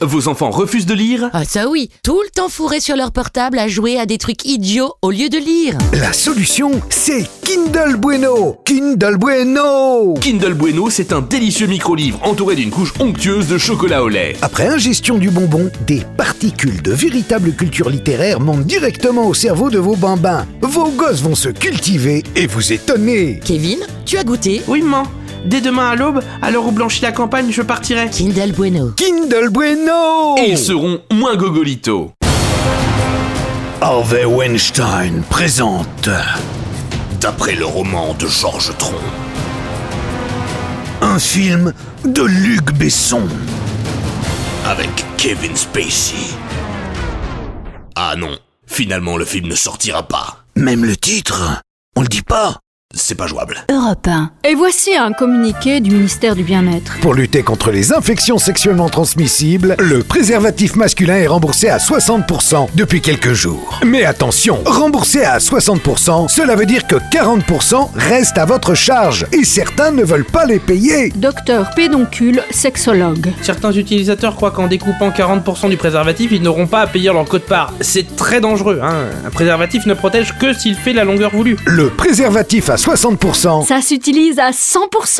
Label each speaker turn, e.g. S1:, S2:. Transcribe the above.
S1: Vos enfants refusent de lire
S2: Ah ça oui, tout le temps fourré sur leur portable à jouer à des trucs idiots au lieu de lire.
S3: La solution, c'est Kindle Bueno Kindle Bueno
S1: Kindle Bueno, c'est un délicieux micro-livre entouré d'une couche onctueuse de chocolat au lait.
S3: Après ingestion du bonbon, des particules de véritable culture littéraire montent directement au cerveau de vos bambins. Vos gosses vont se cultiver et vous étonner
S2: Kevin, tu as goûté
S4: Oui, maman. Dès demain à l'aube, à l'heure où blanchit la campagne, je partirai.
S2: Kindle Bueno.
S3: Kindle Bueno
S1: Et
S5: Oh.
S1: ils seront moins gogolitos.
S5: Harvey Weinstein présente, d'après le roman de Georges Tron, un film de Luc Besson avec Kevin Spacey. Ah non, finalement le film ne sortira pas. Même le titre, on le dit pas, c'est pas jouable.
S6: Europe 1. Et voici un communiqué du ministère du Bien-être.
S3: Pour lutter contre les infections sexuellement transmissibles, le préservatif masculin est remboursé à 60% depuis quelques jours. Mais attention, remboursé à 60%, cela veut dire que 40% restent à votre charge et certains ne veulent pas les payer.
S6: Docteur pédoncule, sexologue.
S4: Certains utilisateurs croient qu'en découpant 40% du préservatif, ils n'auront pas à payer leur quote-part. C'est très dangereux, hein. Un préservatif ne protège que s'il fait la longueur voulue.
S3: Le préservatif à 60%,
S6: Ça s'utilise à 100%